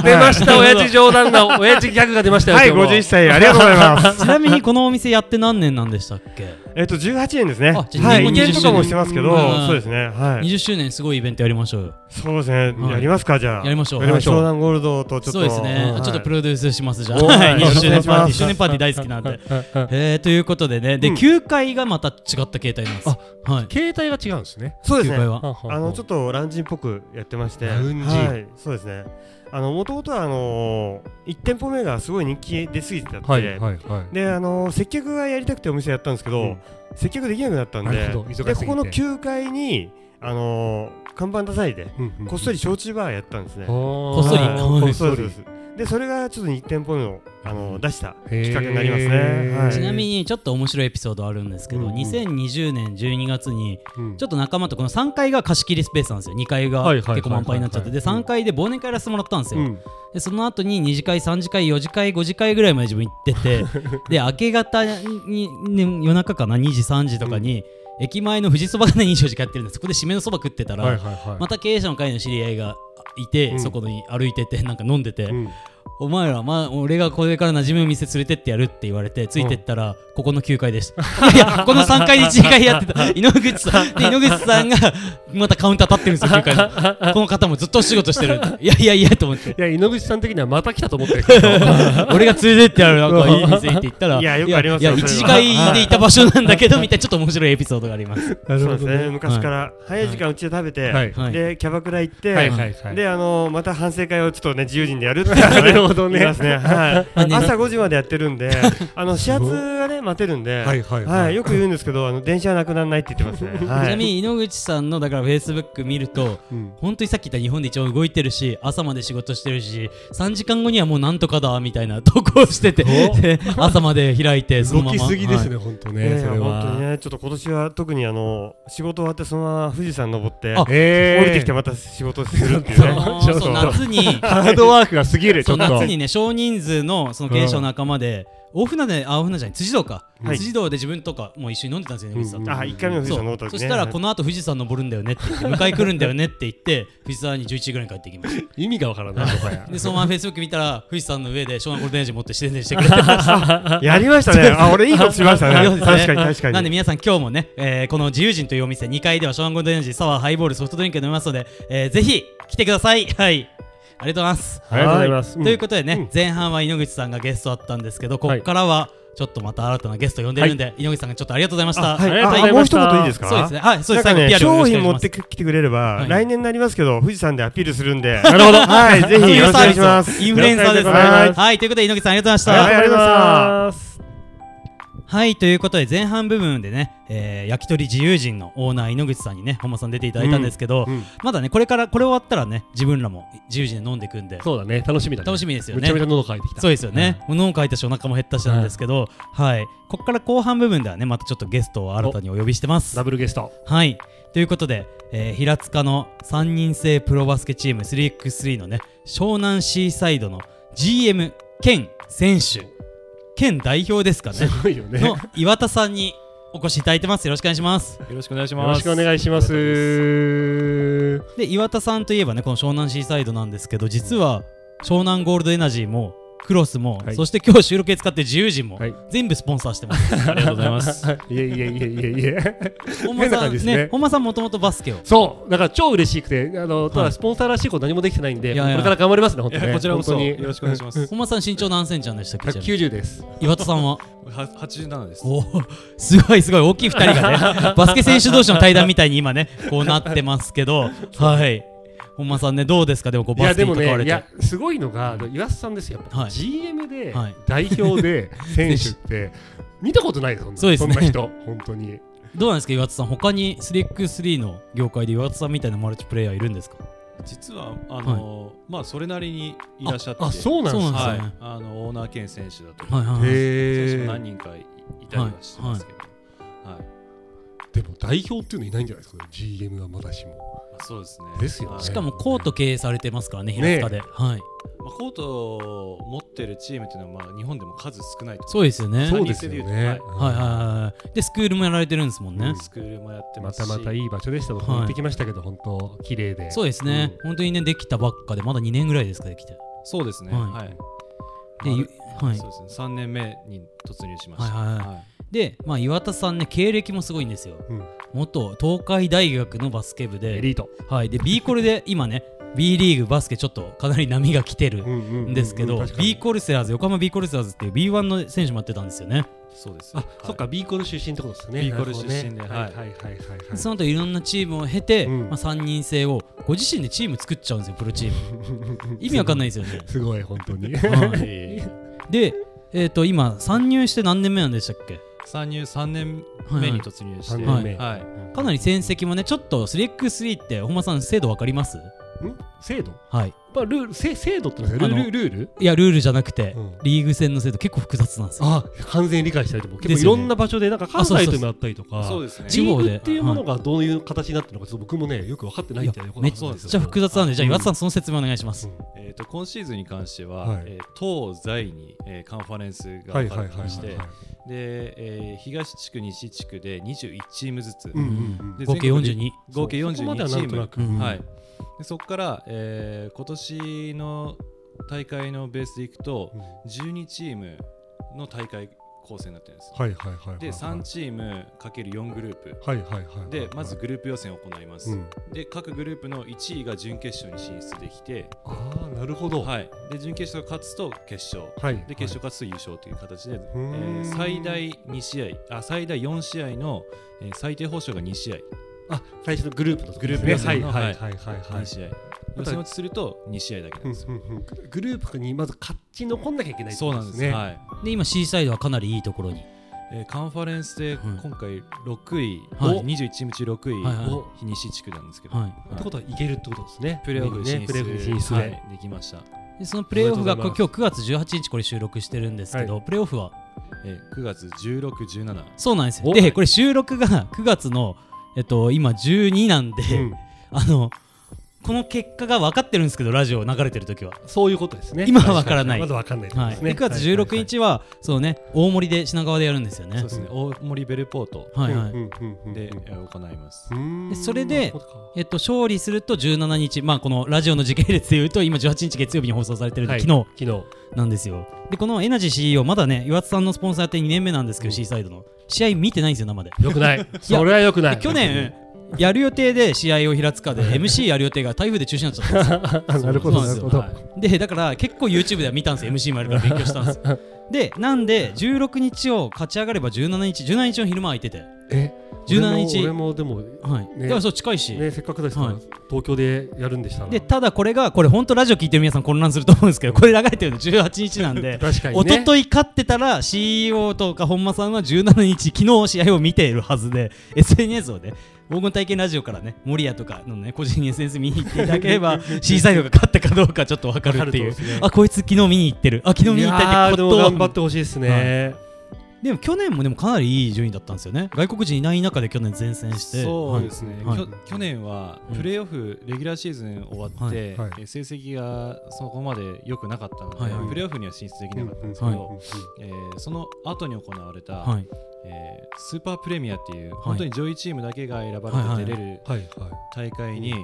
[SPEAKER 3] い
[SPEAKER 2] やー出ました親父冗談 が親父ギャグが出ましたよ。
[SPEAKER 3] ですよ。
[SPEAKER 2] 今日
[SPEAKER 3] はい、
[SPEAKER 2] も
[SPEAKER 3] 51歳、ありがとうございます。
[SPEAKER 1] あちなみにこのお店やって何年なんでしたっけ
[SPEAKER 3] えっと、18年ですね。
[SPEAKER 1] あじゃあ
[SPEAKER 3] はい、
[SPEAKER 1] 20
[SPEAKER 3] 2年とかもしてますけど、
[SPEAKER 1] うん
[SPEAKER 3] そうですね。はい。
[SPEAKER 1] 20周年すごいイベントやりましょうよ
[SPEAKER 3] そうですね。
[SPEAKER 1] はい
[SPEAKER 3] やりますか、じゃあ。
[SPEAKER 1] やりましょう
[SPEAKER 3] やりましょう。湘南ゴールドとちょっと。
[SPEAKER 1] そうですね、
[SPEAKER 3] はい
[SPEAKER 1] ちょっとプロデュースしますじゃあ、
[SPEAKER 3] お
[SPEAKER 1] はい
[SPEAKER 3] はい
[SPEAKER 1] 20周年パーティー
[SPEAKER 3] お願いします
[SPEAKER 1] 周年パーティー大好きなんで
[SPEAKER 2] うんうん
[SPEAKER 1] えー、ということでねで、
[SPEAKER 3] うん
[SPEAKER 1] 9階がまた違った形態なんですはい
[SPEAKER 2] 携帯が違うんですね。
[SPEAKER 3] そうです
[SPEAKER 1] 9階
[SPEAKER 3] ね。
[SPEAKER 1] は
[SPEAKER 3] あの、ちょ
[SPEAKER 2] っ
[SPEAKER 3] っとランジンっぽくやってまして。
[SPEAKER 2] ラウンジ
[SPEAKER 3] はい。そうですね。あの、もともとは、あのー、1店舗目がすごい人気出すぎてたっ
[SPEAKER 2] はい
[SPEAKER 3] て、
[SPEAKER 2] はいはい。
[SPEAKER 3] であの接客がやりたくてお店やったんですけど、
[SPEAKER 2] うん
[SPEAKER 3] 接客できなくなったん
[SPEAKER 2] な
[SPEAKER 3] で
[SPEAKER 2] るほど忙しすぎて
[SPEAKER 3] でここの9階にあのー看板出されてこっそり焼酎バーやったんですね。
[SPEAKER 2] こ
[SPEAKER 1] こっそり
[SPEAKER 3] はい
[SPEAKER 1] こっ
[SPEAKER 3] こっ
[SPEAKER 2] そ
[SPEAKER 3] そ
[SPEAKER 2] り
[SPEAKER 3] りです。でそれがちょっと日店っぽいのをあのー出した
[SPEAKER 2] へー
[SPEAKER 3] 企画になりますね。はい
[SPEAKER 1] ちなみにちょっと面白いエピソードあるんですけど、
[SPEAKER 3] うんうん
[SPEAKER 1] 2020年12月に
[SPEAKER 2] うん
[SPEAKER 1] ちょっと仲間とこの3階が貸し切りスペースなんですよ2階が
[SPEAKER 2] はいはいはいはい
[SPEAKER 1] 結構満杯になっちゃってで3階で忘年会やらせてもらったんですよ、
[SPEAKER 3] うん
[SPEAKER 1] でその後に2次会3次会4次会5次会ぐらいまで自分行って てで明け方に、ね、夜中かな2時3時とかに、駅前の富士そばがね24時間やってるんですそこで締めのそば食ってたら、
[SPEAKER 2] はいはいはい
[SPEAKER 1] また経営者の会の知り合いがいて、
[SPEAKER 2] うん
[SPEAKER 1] そこに歩いててなんか飲んでて、
[SPEAKER 2] うん
[SPEAKER 1] お前ら、まあ、俺がこれから馴染む店連れてってやるって言われてついてったら、ここの9階で したいやここの3階で1階やってた井ノ口さんで井ノ口さんがまたカウンター立ってるんですよ9階 のこの方もずっとお仕事してるいやいやいやと思って
[SPEAKER 2] いや井ノ口さん的にはまた来たと思ってる けど
[SPEAKER 1] 俺が連れてってやるなんかいい店行って行ったら
[SPEAKER 3] いやよくありますよ
[SPEAKER 1] いやいや一
[SPEAKER 3] そ
[SPEAKER 1] 時
[SPEAKER 3] れは
[SPEAKER 1] 会でいた場所なんだけどみたいなちょっと面白いエピソードがあります
[SPEAKER 2] な
[SPEAKER 3] そうですね。昔から早い時間うちで食べて、
[SPEAKER 2] はい
[SPEAKER 1] はい
[SPEAKER 3] でキャバクラ行って、
[SPEAKER 2] はいはいはい
[SPEAKER 3] であのまた反省会をちょっとね自由人でやるっ ていうの
[SPEAKER 2] な
[SPEAKER 3] がね
[SPEAKER 2] るほど
[SPEAKER 3] い
[SPEAKER 2] ね
[SPEAKER 3] ます ね。はい。
[SPEAKER 1] まあね
[SPEAKER 3] 朝5時までやってるんで、あの始発がね待てるんで、
[SPEAKER 2] はいはいはい
[SPEAKER 3] はい。よく言うんですけど、あの電車はなくならないって言っ てますね。はい。
[SPEAKER 1] ちなみに井ノ口さんのだからフェイスブック見ると
[SPEAKER 2] うん
[SPEAKER 1] 本当にさっき言った日本で一応動いてるし朝まで仕事してるし3時間後にはもうなんとかだみたいな投稿してて
[SPEAKER 2] お
[SPEAKER 1] で朝まで開いてそのま
[SPEAKER 2] 動
[SPEAKER 1] ま
[SPEAKER 2] きすぎです
[SPEAKER 1] はい
[SPEAKER 2] ね本当
[SPEAKER 3] いや
[SPEAKER 2] ね
[SPEAKER 3] い
[SPEAKER 2] そ
[SPEAKER 3] や
[SPEAKER 2] れ
[SPEAKER 3] 本当に
[SPEAKER 2] は
[SPEAKER 3] ね、ちょっと今年は特にあの仕事終わってそのまま富士山登って、
[SPEAKER 1] あ
[SPEAKER 3] 降
[SPEAKER 2] え
[SPEAKER 3] りてきて
[SPEAKER 2] ま
[SPEAKER 3] また仕事するっていう
[SPEAKER 2] ね
[SPEAKER 3] ね。
[SPEAKER 1] あーそう夏に
[SPEAKER 2] すハードワークが過ぎるち
[SPEAKER 1] そ
[SPEAKER 2] ょ
[SPEAKER 1] う
[SPEAKER 2] っと
[SPEAKER 1] 夏にね少人数のその経営者の仲間で大船であ大船じゃない辻堂か
[SPEAKER 3] はい
[SPEAKER 1] 辻堂で自分とかもう一緒に飲んでたんですよね井ノ口さんと
[SPEAKER 3] あ一回目の富士
[SPEAKER 1] そ
[SPEAKER 3] 山登った
[SPEAKER 1] う
[SPEAKER 3] 時
[SPEAKER 1] そし
[SPEAKER 3] ね。
[SPEAKER 1] たらこの後富士山登るんだよねって言って迎え来るんだよねって言って富士山に11時ぐらいに帰ってきまし
[SPEAKER 2] 意味がわからないもはや
[SPEAKER 1] たでそのままフェイスブック見たら富士山の上で湘南ゴールデンエイジ持って自転車してくれてました
[SPEAKER 3] やりましたね。あ、俺いいことしました
[SPEAKER 1] そう
[SPEAKER 3] ね。
[SPEAKER 1] で
[SPEAKER 3] 確
[SPEAKER 1] すね
[SPEAKER 3] かに確かに。
[SPEAKER 1] なんで皆さん今日もね、えーこの自由人というお店2階では湘南ゴールデンエナジーサワーハイボールソフトドリンク飲めますので、えーぜひ来てくださいはいありがとうございます、
[SPEAKER 2] ありがとうございます
[SPEAKER 1] ということでね、
[SPEAKER 2] うん
[SPEAKER 1] 前半は井ノ口さんがゲストだったんですけどここからはちょっとまた新たなゲスト呼んでるんで、井ノ口さんがちょっとありがとうございました
[SPEAKER 3] あはい
[SPEAKER 2] ありがとうござ
[SPEAKER 3] あ
[SPEAKER 2] い
[SPEAKER 3] もう
[SPEAKER 2] ま
[SPEAKER 3] 一
[SPEAKER 2] した
[SPEAKER 3] 言いいですか。
[SPEAKER 1] そうですねはいそうです
[SPEAKER 3] なんか
[SPEAKER 1] ね
[SPEAKER 3] ね、
[SPEAKER 1] PR をよ
[SPEAKER 3] 商
[SPEAKER 1] ろしくお
[SPEAKER 3] 品
[SPEAKER 1] 願いし
[SPEAKER 3] 持
[SPEAKER 1] ま
[SPEAKER 3] っ
[SPEAKER 1] す
[SPEAKER 3] てきてくれれば、
[SPEAKER 1] はい
[SPEAKER 3] 来年になりますけど、富士山でアピールするんで、
[SPEAKER 2] なるほど
[SPEAKER 3] はい、ぜひよろしくお願いします。
[SPEAKER 1] インフルエンサーですね
[SPEAKER 2] ありがとうございます
[SPEAKER 1] はいということで井ノ口さんありがとうございました、
[SPEAKER 3] はいありがとうござ
[SPEAKER 2] あ
[SPEAKER 3] い
[SPEAKER 2] りがとうございます
[SPEAKER 1] はい、ということで前半部分でね、えー焼き鳥自由人のオーナー井ノ口さんにね本間さん出ていただいたんですけど、
[SPEAKER 2] うんうん
[SPEAKER 1] まだねこれからこれ終わったらね自分らも自由人で飲んでいくんで
[SPEAKER 2] そうだね楽しみだね
[SPEAKER 1] 楽しみですよね
[SPEAKER 2] めちゃめちゃ喉乾いてきた
[SPEAKER 1] そうですよね、もう脳をかいたしお腹も減ったしなんですけど、はいここから後半部分ではねまたちょっとゲストを新たにお呼びしてます
[SPEAKER 2] ダブルゲスト
[SPEAKER 1] はいということで、えー平塚の3人制プロバスケチーム 3x3 のね湘南シーサイドの GM 兼選手兼代表ですかね
[SPEAKER 2] すごいよね
[SPEAKER 1] の
[SPEAKER 2] よ
[SPEAKER 1] 岩田さんにお越しいただいてます。よろしくお願いします。
[SPEAKER 4] よろしくお願いします。
[SPEAKER 2] ろしくお願いします
[SPEAKER 1] で、岩田さんといえばね、この湘南シーサイドなんですけど、実は湘南ゴールドエナジーも、クロスも、
[SPEAKER 2] はい
[SPEAKER 1] そして今日収録で使ってる自由人も、
[SPEAKER 2] はい
[SPEAKER 1] 全部スポンサーしてます。
[SPEAKER 4] ありがとうございます。
[SPEAKER 2] いえいえいえいえいえ
[SPEAKER 1] 本間
[SPEAKER 2] 変な
[SPEAKER 1] さ
[SPEAKER 2] 感
[SPEAKER 1] ん
[SPEAKER 2] じですね
[SPEAKER 1] 本間さんもともとバスケを。
[SPEAKER 2] そう、だから超嬉しくて、あのた
[SPEAKER 1] は
[SPEAKER 2] だ
[SPEAKER 1] い
[SPEAKER 2] スポンサーらしいこと何もできてないんで、
[SPEAKER 1] いやいや
[SPEAKER 2] これから頑張りますね、本当にね。
[SPEAKER 4] こちらこそ
[SPEAKER 2] 本当
[SPEAKER 4] よ
[SPEAKER 2] に
[SPEAKER 4] ろしくお願いします。
[SPEAKER 1] 本間さん身長何センチなんでしたっけちなみに
[SPEAKER 2] 190です。
[SPEAKER 1] 岩田さんは
[SPEAKER 4] は87です。
[SPEAKER 1] おーすごいすごい大きい2人が ねバスケ選手同士の対談みたいに今ねこうなってますけどはい本間さんねどうですかでもこう
[SPEAKER 2] い
[SPEAKER 1] バ
[SPEAKER 2] や、
[SPEAKER 1] スケ
[SPEAKER 2] で
[SPEAKER 1] に
[SPEAKER 2] も
[SPEAKER 1] 関わ
[SPEAKER 2] ね、
[SPEAKER 1] れ
[SPEAKER 2] い
[SPEAKER 1] て
[SPEAKER 2] や、すごいのが、あの岩瀬さんですよ、やっぱ、
[SPEAKER 1] はい
[SPEAKER 2] GM で
[SPEAKER 1] はい、
[SPEAKER 2] 代 表で、選手って、見たことないです、そんな
[SPEAKER 1] そうですね
[SPEAKER 2] そんな人、本当に。
[SPEAKER 1] どうなんですか岩田さん他に 3x3 の業界で岩田さんみたいなマルチプレイヤーいるんですか
[SPEAKER 4] 実はあのまあそれなりにいらっしゃって、
[SPEAKER 2] あ、そうなん
[SPEAKER 1] そ
[SPEAKER 2] で
[SPEAKER 1] う
[SPEAKER 2] す
[SPEAKER 1] な
[SPEAKER 2] か。
[SPEAKER 1] んで
[SPEAKER 4] は
[SPEAKER 1] すね
[SPEAKER 4] い。あのオーナー兼選手だとか、
[SPEAKER 1] はいはいはい
[SPEAKER 4] 選
[SPEAKER 2] へ
[SPEAKER 4] 手も何
[SPEAKER 2] ー
[SPEAKER 4] 人かいたりはしてますけど、はい。
[SPEAKER 2] でも代表っていうのいないんじゃないですか、GM はまだしも。
[SPEAKER 4] まあそうですね。
[SPEAKER 2] ですよね
[SPEAKER 4] はい
[SPEAKER 1] しかもコート経営されてますからね平塚で、はい
[SPEAKER 4] まあコートを持ってるチームっていうのはまあ日本でも数少ないと。
[SPEAKER 1] そうですよね
[SPEAKER 2] そ
[SPEAKER 1] は
[SPEAKER 2] う
[SPEAKER 1] い
[SPEAKER 2] ですよ
[SPEAKER 4] はいは
[SPEAKER 2] ね
[SPEAKER 4] い。
[SPEAKER 1] はいはいでスクールもやられてるんですもんね、
[SPEAKER 4] スクールもやってま
[SPEAKER 2] ますた
[SPEAKER 4] し、
[SPEAKER 2] またいい場所でしたと、
[SPEAKER 1] はい
[SPEAKER 2] 言ってきましたけど、本当、綺麗で。
[SPEAKER 1] そうですね、本当にねできたばっかでまだ2年ぐらいですかできてで、
[SPEAKER 4] そうですね。
[SPEAKER 1] はい
[SPEAKER 4] はい。
[SPEAKER 1] ゆは
[SPEAKER 4] はい。
[SPEAKER 1] い
[SPEAKER 4] そうですね。三年目に突入しました。
[SPEAKER 1] はいはいはい
[SPEAKER 4] い。
[SPEAKER 1] でまあ岩田さんね経歴もすごいんですよ
[SPEAKER 2] うん。
[SPEAKER 1] 元東海大学のバスケ部
[SPEAKER 2] エ
[SPEAKER 1] で
[SPEAKER 2] リート。
[SPEAKER 1] はいで B コルで今ね B リーグバスケちょっとかなり波が来てるんですけど、B コルセアーズ横浜 B コルセアーズっていう B1 の選手もやってたんですよね、
[SPEAKER 4] そうです。
[SPEAKER 2] あ、
[SPEAKER 4] はい
[SPEAKER 2] そっか、B コール出身ってことですね。
[SPEAKER 4] B コール出身で
[SPEAKER 2] なるほどね
[SPEAKER 4] は
[SPEAKER 2] は
[SPEAKER 4] い
[SPEAKER 2] いはいはいはいはい。
[SPEAKER 1] その後いろんなチームを経て、
[SPEAKER 2] うん
[SPEAKER 1] まあ、3人制をご自身でチーム作っちゃうんですよプロチーム 意味わかんないですよね、
[SPEAKER 2] すごい、本当に。
[SPEAKER 1] はいで、えー、と今参入して何年目なんでしたっけ
[SPEAKER 4] 参入3年目に突入し
[SPEAKER 2] 三
[SPEAKER 4] て、
[SPEAKER 1] はい
[SPEAKER 2] 年目。
[SPEAKER 4] はい
[SPEAKER 1] かなり戦績もねちょっと 3x3 って本間さん制度わかります
[SPEAKER 2] ん制度
[SPEAKER 1] はい
[SPEAKER 2] まあ、ルール、せ制度ってなんですか
[SPEAKER 1] あ
[SPEAKER 2] ル
[SPEAKER 1] の
[SPEAKER 2] ール、ルール
[SPEAKER 1] いやルールじゃなくて、
[SPEAKER 2] うん
[SPEAKER 1] リーグ戦の制度結構複雑なんですよ
[SPEAKER 2] あ、完全に理解したいと思う。結
[SPEAKER 1] で
[SPEAKER 2] 構い
[SPEAKER 1] すよね
[SPEAKER 2] ろんな場所で、なんか関
[SPEAKER 1] あそう
[SPEAKER 2] 西
[SPEAKER 1] そう
[SPEAKER 2] と
[SPEAKER 1] そう
[SPEAKER 2] もあったりとか、
[SPEAKER 4] そうですね
[SPEAKER 1] 地方で
[SPEAKER 2] リーグっていうものがどういう形になってるのか、ちょっと僕もね、よく分かってないんだよね。
[SPEAKER 1] めっ
[SPEAKER 2] そうなんですよ
[SPEAKER 1] ちゃ複雑なんで、じゃあ
[SPEAKER 2] うん
[SPEAKER 1] 岩田さんその説明お願いします、
[SPEAKER 4] えー、と今シーズンに関しては、
[SPEAKER 2] はい
[SPEAKER 4] えー東西に、えーカンファレンスが
[SPEAKER 2] は
[SPEAKER 4] 分
[SPEAKER 2] い
[SPEAKER 4] か
[SPEAKER 2] はいは
[SPEAKER 4] れて
[SPEAKER 2] いは
[SPEAKER 4] ま
[SPEAKER 2] い
[SPEAKER 4] して、で、えー東地区、西地区で21チームずつ、
[SPEAKER 2] うんうんうん
[SPEAKER 4] で
[SPEAKER 1] 合計
[SPEAKER 4] 全国で
[SPEAKER 1] 42
[SPEAKER 4] 合計
[SPEAKER 2] そう
[SPEAKER 4] 42
[SPEAKER 2] そ
[SPEAKER 4] チ
[SPEAKER 2] こまではなん
[SPEAKER 4] ー
[SPEAKER 2] と
[SPEAKER 4] ム
[SPEAKER 2] なく。
[SPEAKER 1] うん
[SPEAKER 4] はい、でそこから、えー今年の大会のベースでいくと
[SPEAKER 2] うん
[SPEAKER 4] 12チームの大会構成になってるんです。
[SPEAKER 2] はいはいはいはい。
[SPEAKER 4] で3チームかける4グループ
[SPEAKER 2] はいはいはいはい。
[SPEAKER 4] でまず、グループ予選を行います、
[SPEAKER 2] うん。
[SPEAKER 4] で各グループの1位が準決勝に進出できて、
[SPEAKER 2] ああ、なるほど。
[SPEAKER 4] はい、で準決勝が勝つと決勝
[SPEAKER 2] はい。
[SPEAKER 4] で決勝勝つと優勝という形で、え
[SPEAKER 2] ーん
[SPEAKER 4] ー最大2試合あ最大4試合の、えー最低報酬が2試合
[SPEAKER 2] あ、最初のグループのグ
[SPEAKER 4] ループ
[SPEAKER 2] ね。
[SPEAKER 4] 予
[SPEAKER 2] はい
[SPEAKER 4] 選の
[SPEAKER 2] はいはいはいは
[SPEAKER 4] 2
[SPEAKER 2] い。
[SPEAKER 4] 試合予選落ちすると2試合だけ
[SPEAKER 2] う
[SPEAKER 4] なん
[SPEAKER 2] ん
[SPEAKER 4] で
[SPEAKER 2] う
[SPEAKER 4] すよ、
[SPEAKER 2] んうんグループにまず勝ち残んなきゃいけないって
[SPEAKER 4] そ
[SPEAKER 2] こ
[SPEAKER 4] う
[SPEAKER 2] と
[SPEAKER 4] なんですね、はい
[SPEAKER 1] で今シーサイドはかなりいいところに
[SPEAKER 4] えーカンファレンス
[SPEAKER 1] は
[SPEAKER 4] で
[SPEAKER 1] い
[SPEAKER 4] 今回6位、
[SPEAKER 1] はい
[SPEAKER 4] お21チーム中6位、
[SPEAKER 1] はいはい
[SPEAKER 2] お
[SPEAKER 4] 日西地区なんですけど、
[SPEAKER 1] はい
[SPEAKER 2] ってことはいけるってことですね。
[SPEAKER 4] プレーオフ進出,、
[SPEAKER 2] ねプレーオフ進出
[SPEAKER 4] は
[SPEAKER 2] で。
[SPEAKER 4] い、できました、
[SPEAKER 1] でそのプレーオフが
[SPEAKER 2] おめで
[SPEAKER 1] 今
[SPEAKER 2] と
[SPEAKER 1] 日9月18日これ収録してるんですけど、プレーオフは
[SPEAKER 4] えー9月16、17
[SPEAKER 1] そうなんですよ
[SPEAKER 2] お
[SPEAKER 1] でこれ収録が9月の、えっと、今12なんで、
[SPEAKER 2] うん
[SPEAKER 1] あのこの結果が分かってるんですけどラジオ流れてる時は、
[SPEAKER 2] そういうことですね。
[SPEAKER 1] 今はわからない
[SPEAKER 2] まだわかんないってこと
[SPEAKER 1] は
[SPEAKER 2] で
[SPEAKER 1] い
[SPEAKER 2] すね。
[SPEAKER 1] で9月16日は、そうね大森で品川でやるんですよね
[SPEAKER 4] そうですね、大森ベルポート
[SPEAKER 1] はいはい、
[SPEAKER 2] うんうんうんうん
[SPEAKER 4] で、えー行います、
[SPEAKER 2] うん
[SPEAKER 1] でそれで
[SPEAKER 2] そうか
[SPEAKER 1] えっと、勝利すると17日、まあ、このラジオの時系列でいうと今18日月曜日に放送されてるんで、
[SPEAKER 2] はい
[SPEAKER 1] 昨日
[SPEAKER 2] 昨日
[SPEAKER 1] なんですよでこのエナジー CEO まだね岩田さんのスポンサーやって2年目なんですけど、
[SPEAKER 2] うん
[SPEAKER 1] シーサイドの試合見てないんですよ生で
[SPEAKER 2] よくない。それはよくない。
[SPEAKER 1] 去年やる予定で試合を平塚で MC やる予定が台風で中止になっちゃったんですよ
[SPEAKER 2] あ。 なるほど
[SPEAKER 1] そうな
[SPEAKER 2] な
[SPEAKER 1] で
[SPEAKER 2] ん
[SPEAKER 1] す
[SPEAKER 2] る
[SPEAKER 1] よ
[SPEAKER 2] ほど。
[SPEAKER 1] でだから結構 YouTube では見たん ですよ MC もやるから勉強したんですよでなんで16日を勝ち上がれば17日17日の昼間空いてて
[SPEAKER 2] え、
[SPEAKER 1] 17日
[SPEAKER 2] 俺も俺も
[SPEAKER 1] はい、
[SPEAKER 2] ね
[SPEAKER 1] でもそう近いし、
[SPEAKER 2] でもねせっかくですか
[SPEAKER 1] はい
[SPEAKER 2] ら東京でやるんでしたら。
[SPEAKER 1] でただこれがこれ本当ラジオ聞いてる皆さん混乱すると思うんですけどこれ流れてるの18日なんで
[SPEAKER 2] 確かに
[SPEAKER 1] 一
[SPEAKER 2] ね。
[SPEAKER 1] 昨日勝ってたら CEO とか本間さんは17日昨日試合を見ているはずで SNS をね黄金体験ラジオからね守谷とかのね個人 SNS 見に行っていただければ C サイドが勝ったかどうかちょっと分かるっていう
[SPEAKER 2] わかると思うんですね
[SPEAKER 1] あこいつ昨日見に行ってるあ昨日見に行った
[SPEAKER 2] や
[SPEAKER 1] って
[SPEAKER 2] ーで
[SPEAKER 1] こ
[SPEAKER 2] も
[SPEAKER 1] と
[SPEAKER 2] 頑張ってほしいですね。
[SPEAKER 1] でも去年もでもかなりいい順位だったんですよね外国人いない中で去年善戦して
[SPEAKER 4] そうですね、
[SPEAKER 1] はい
[SPEAKER 4] きょ
[SPEAKER 1] はい
[SPEAKER 4] 去年は
[SPEAKER 1] うん
[SPEAKER 4] プレーオフ、レギュラーシーズン終わって、
[SPEAKER 1] はい
[SPEAKER 2] はい
[SPEAKER 4] えー成績がそこまで良くなかったので、
[SPEAKER 1] はいはい
[SPEAKER 4] プレーオフには進出できなかったんですけ
[SPEAKER 1] は
[SPEAKER 4] ど、
[SPEAKER 1] い
[SPEAKER 4] えーその後に行われた、
[SPEAKER 1] はい、はい
[SPEAKER 4] えースーパープレミアっていう、
[SPEAKER 1] い
[SPEAKER 4] 本当に上位チームだけが選ばれて出れる
[SPEAKER 2] はいはい。
[SPEAKER 4] 大会に、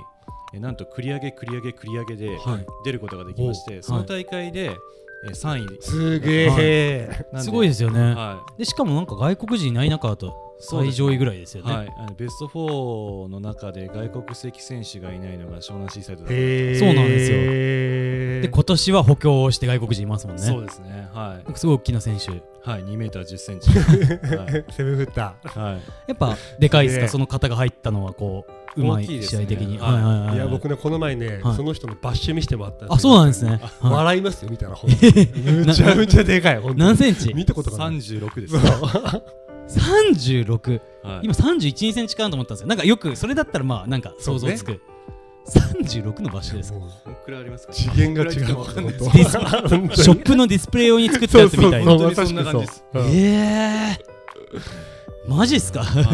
[SPEAKER 4] えーなんと繰り上げ、繰り上げ、繰り上げで
[SPEAKER 1] はい
[SPEAKER 4] 出ることができまして、
[SPEAKER 1] い
[SPEAKER 4] その大会で、えー3位なんです
[SPEAKER 2] げえ。
[SPEAKER 1] すごいですすよね、
[SPEAKER 4] はい
[SPEAKER 1] でしかもなんか外国人いない中だと
[SPEAKER 4] そうで
[SPEAKER 1] 最
[SPEAKER 4] す
[SPEAKER 1] 上位ぐらいですよね、
[SPEAKER 4] はい、あのベスト4の中で外国籍選手がいないのが湘南シーサイドだった
[SPEAKER 2] へー
[SPEAKER 1] そうなんですよ
[SPEAKER 2] で
[SPEAKER 1] で今年は補強をして外国人いますもんね
[SPEAKER 4] そうですね。は
[SPEAKER 1] なんかすごい大きな選手
[SPEAKER 4] い。はい、2メーター10センチ。はい。
[SPEAKER 2] セブンフッタ
[SPEAKER 4] はい。
[SPEAKER 1] やっぱでかいですか、
[SPEAKER 2] ね
[SPEAKER 1] その方が入ったのはこううまい
[SPEAKER 4] 大きいです
[SPEAKER 1] 試
[SPEAKER 4] ね
[SPEAKER 1] 合的に、
[SPEAKER 4] はい
[SPEAKER 1] はいはいはい
[SPEAKER 2] ー。いや僕ねこの前ね
[SPEAKER 1] はい
[SPEAKER 2] その人のバッシュ見せてもらった。
[SPEAKER 1] あそうなんですね。は
[SPEAKER 2] 笑いますよみたいな。ほんとにむちゃむちゃでかい。ほん
[SPEAKER 1] い
[SPEAKER 2] とに
[SPEAKER 1] 何センチ
[SPEAKER 2] 見たことがない。
[SPEAKER 4] 36です。
[SPEAKER 1] 36
[SPEAKER 4] はい
[SPEAKER 1] 今31センチかなと思ったんですよなんかよくそれだったらまあなんか想像つく、36の場所ですか
[SPEAKER 2] もう
[SPEAKER 4] こんくらいありますか
[SPEAKER 2] 次 元が違う。
[SPEAKER 4] わかんないです。
[SPEAKER 2] ほんと
[SPEAKER 1] ディスショップのディスプレイ用に作ったやつみたいな
[SPEAKER 4] そう本当にそんな感じです
[SPEAKER 2] うん
[SPEAKER 1] えー、マジっすか
[SPEAKER 4] は
[SPEAKER 2] うわ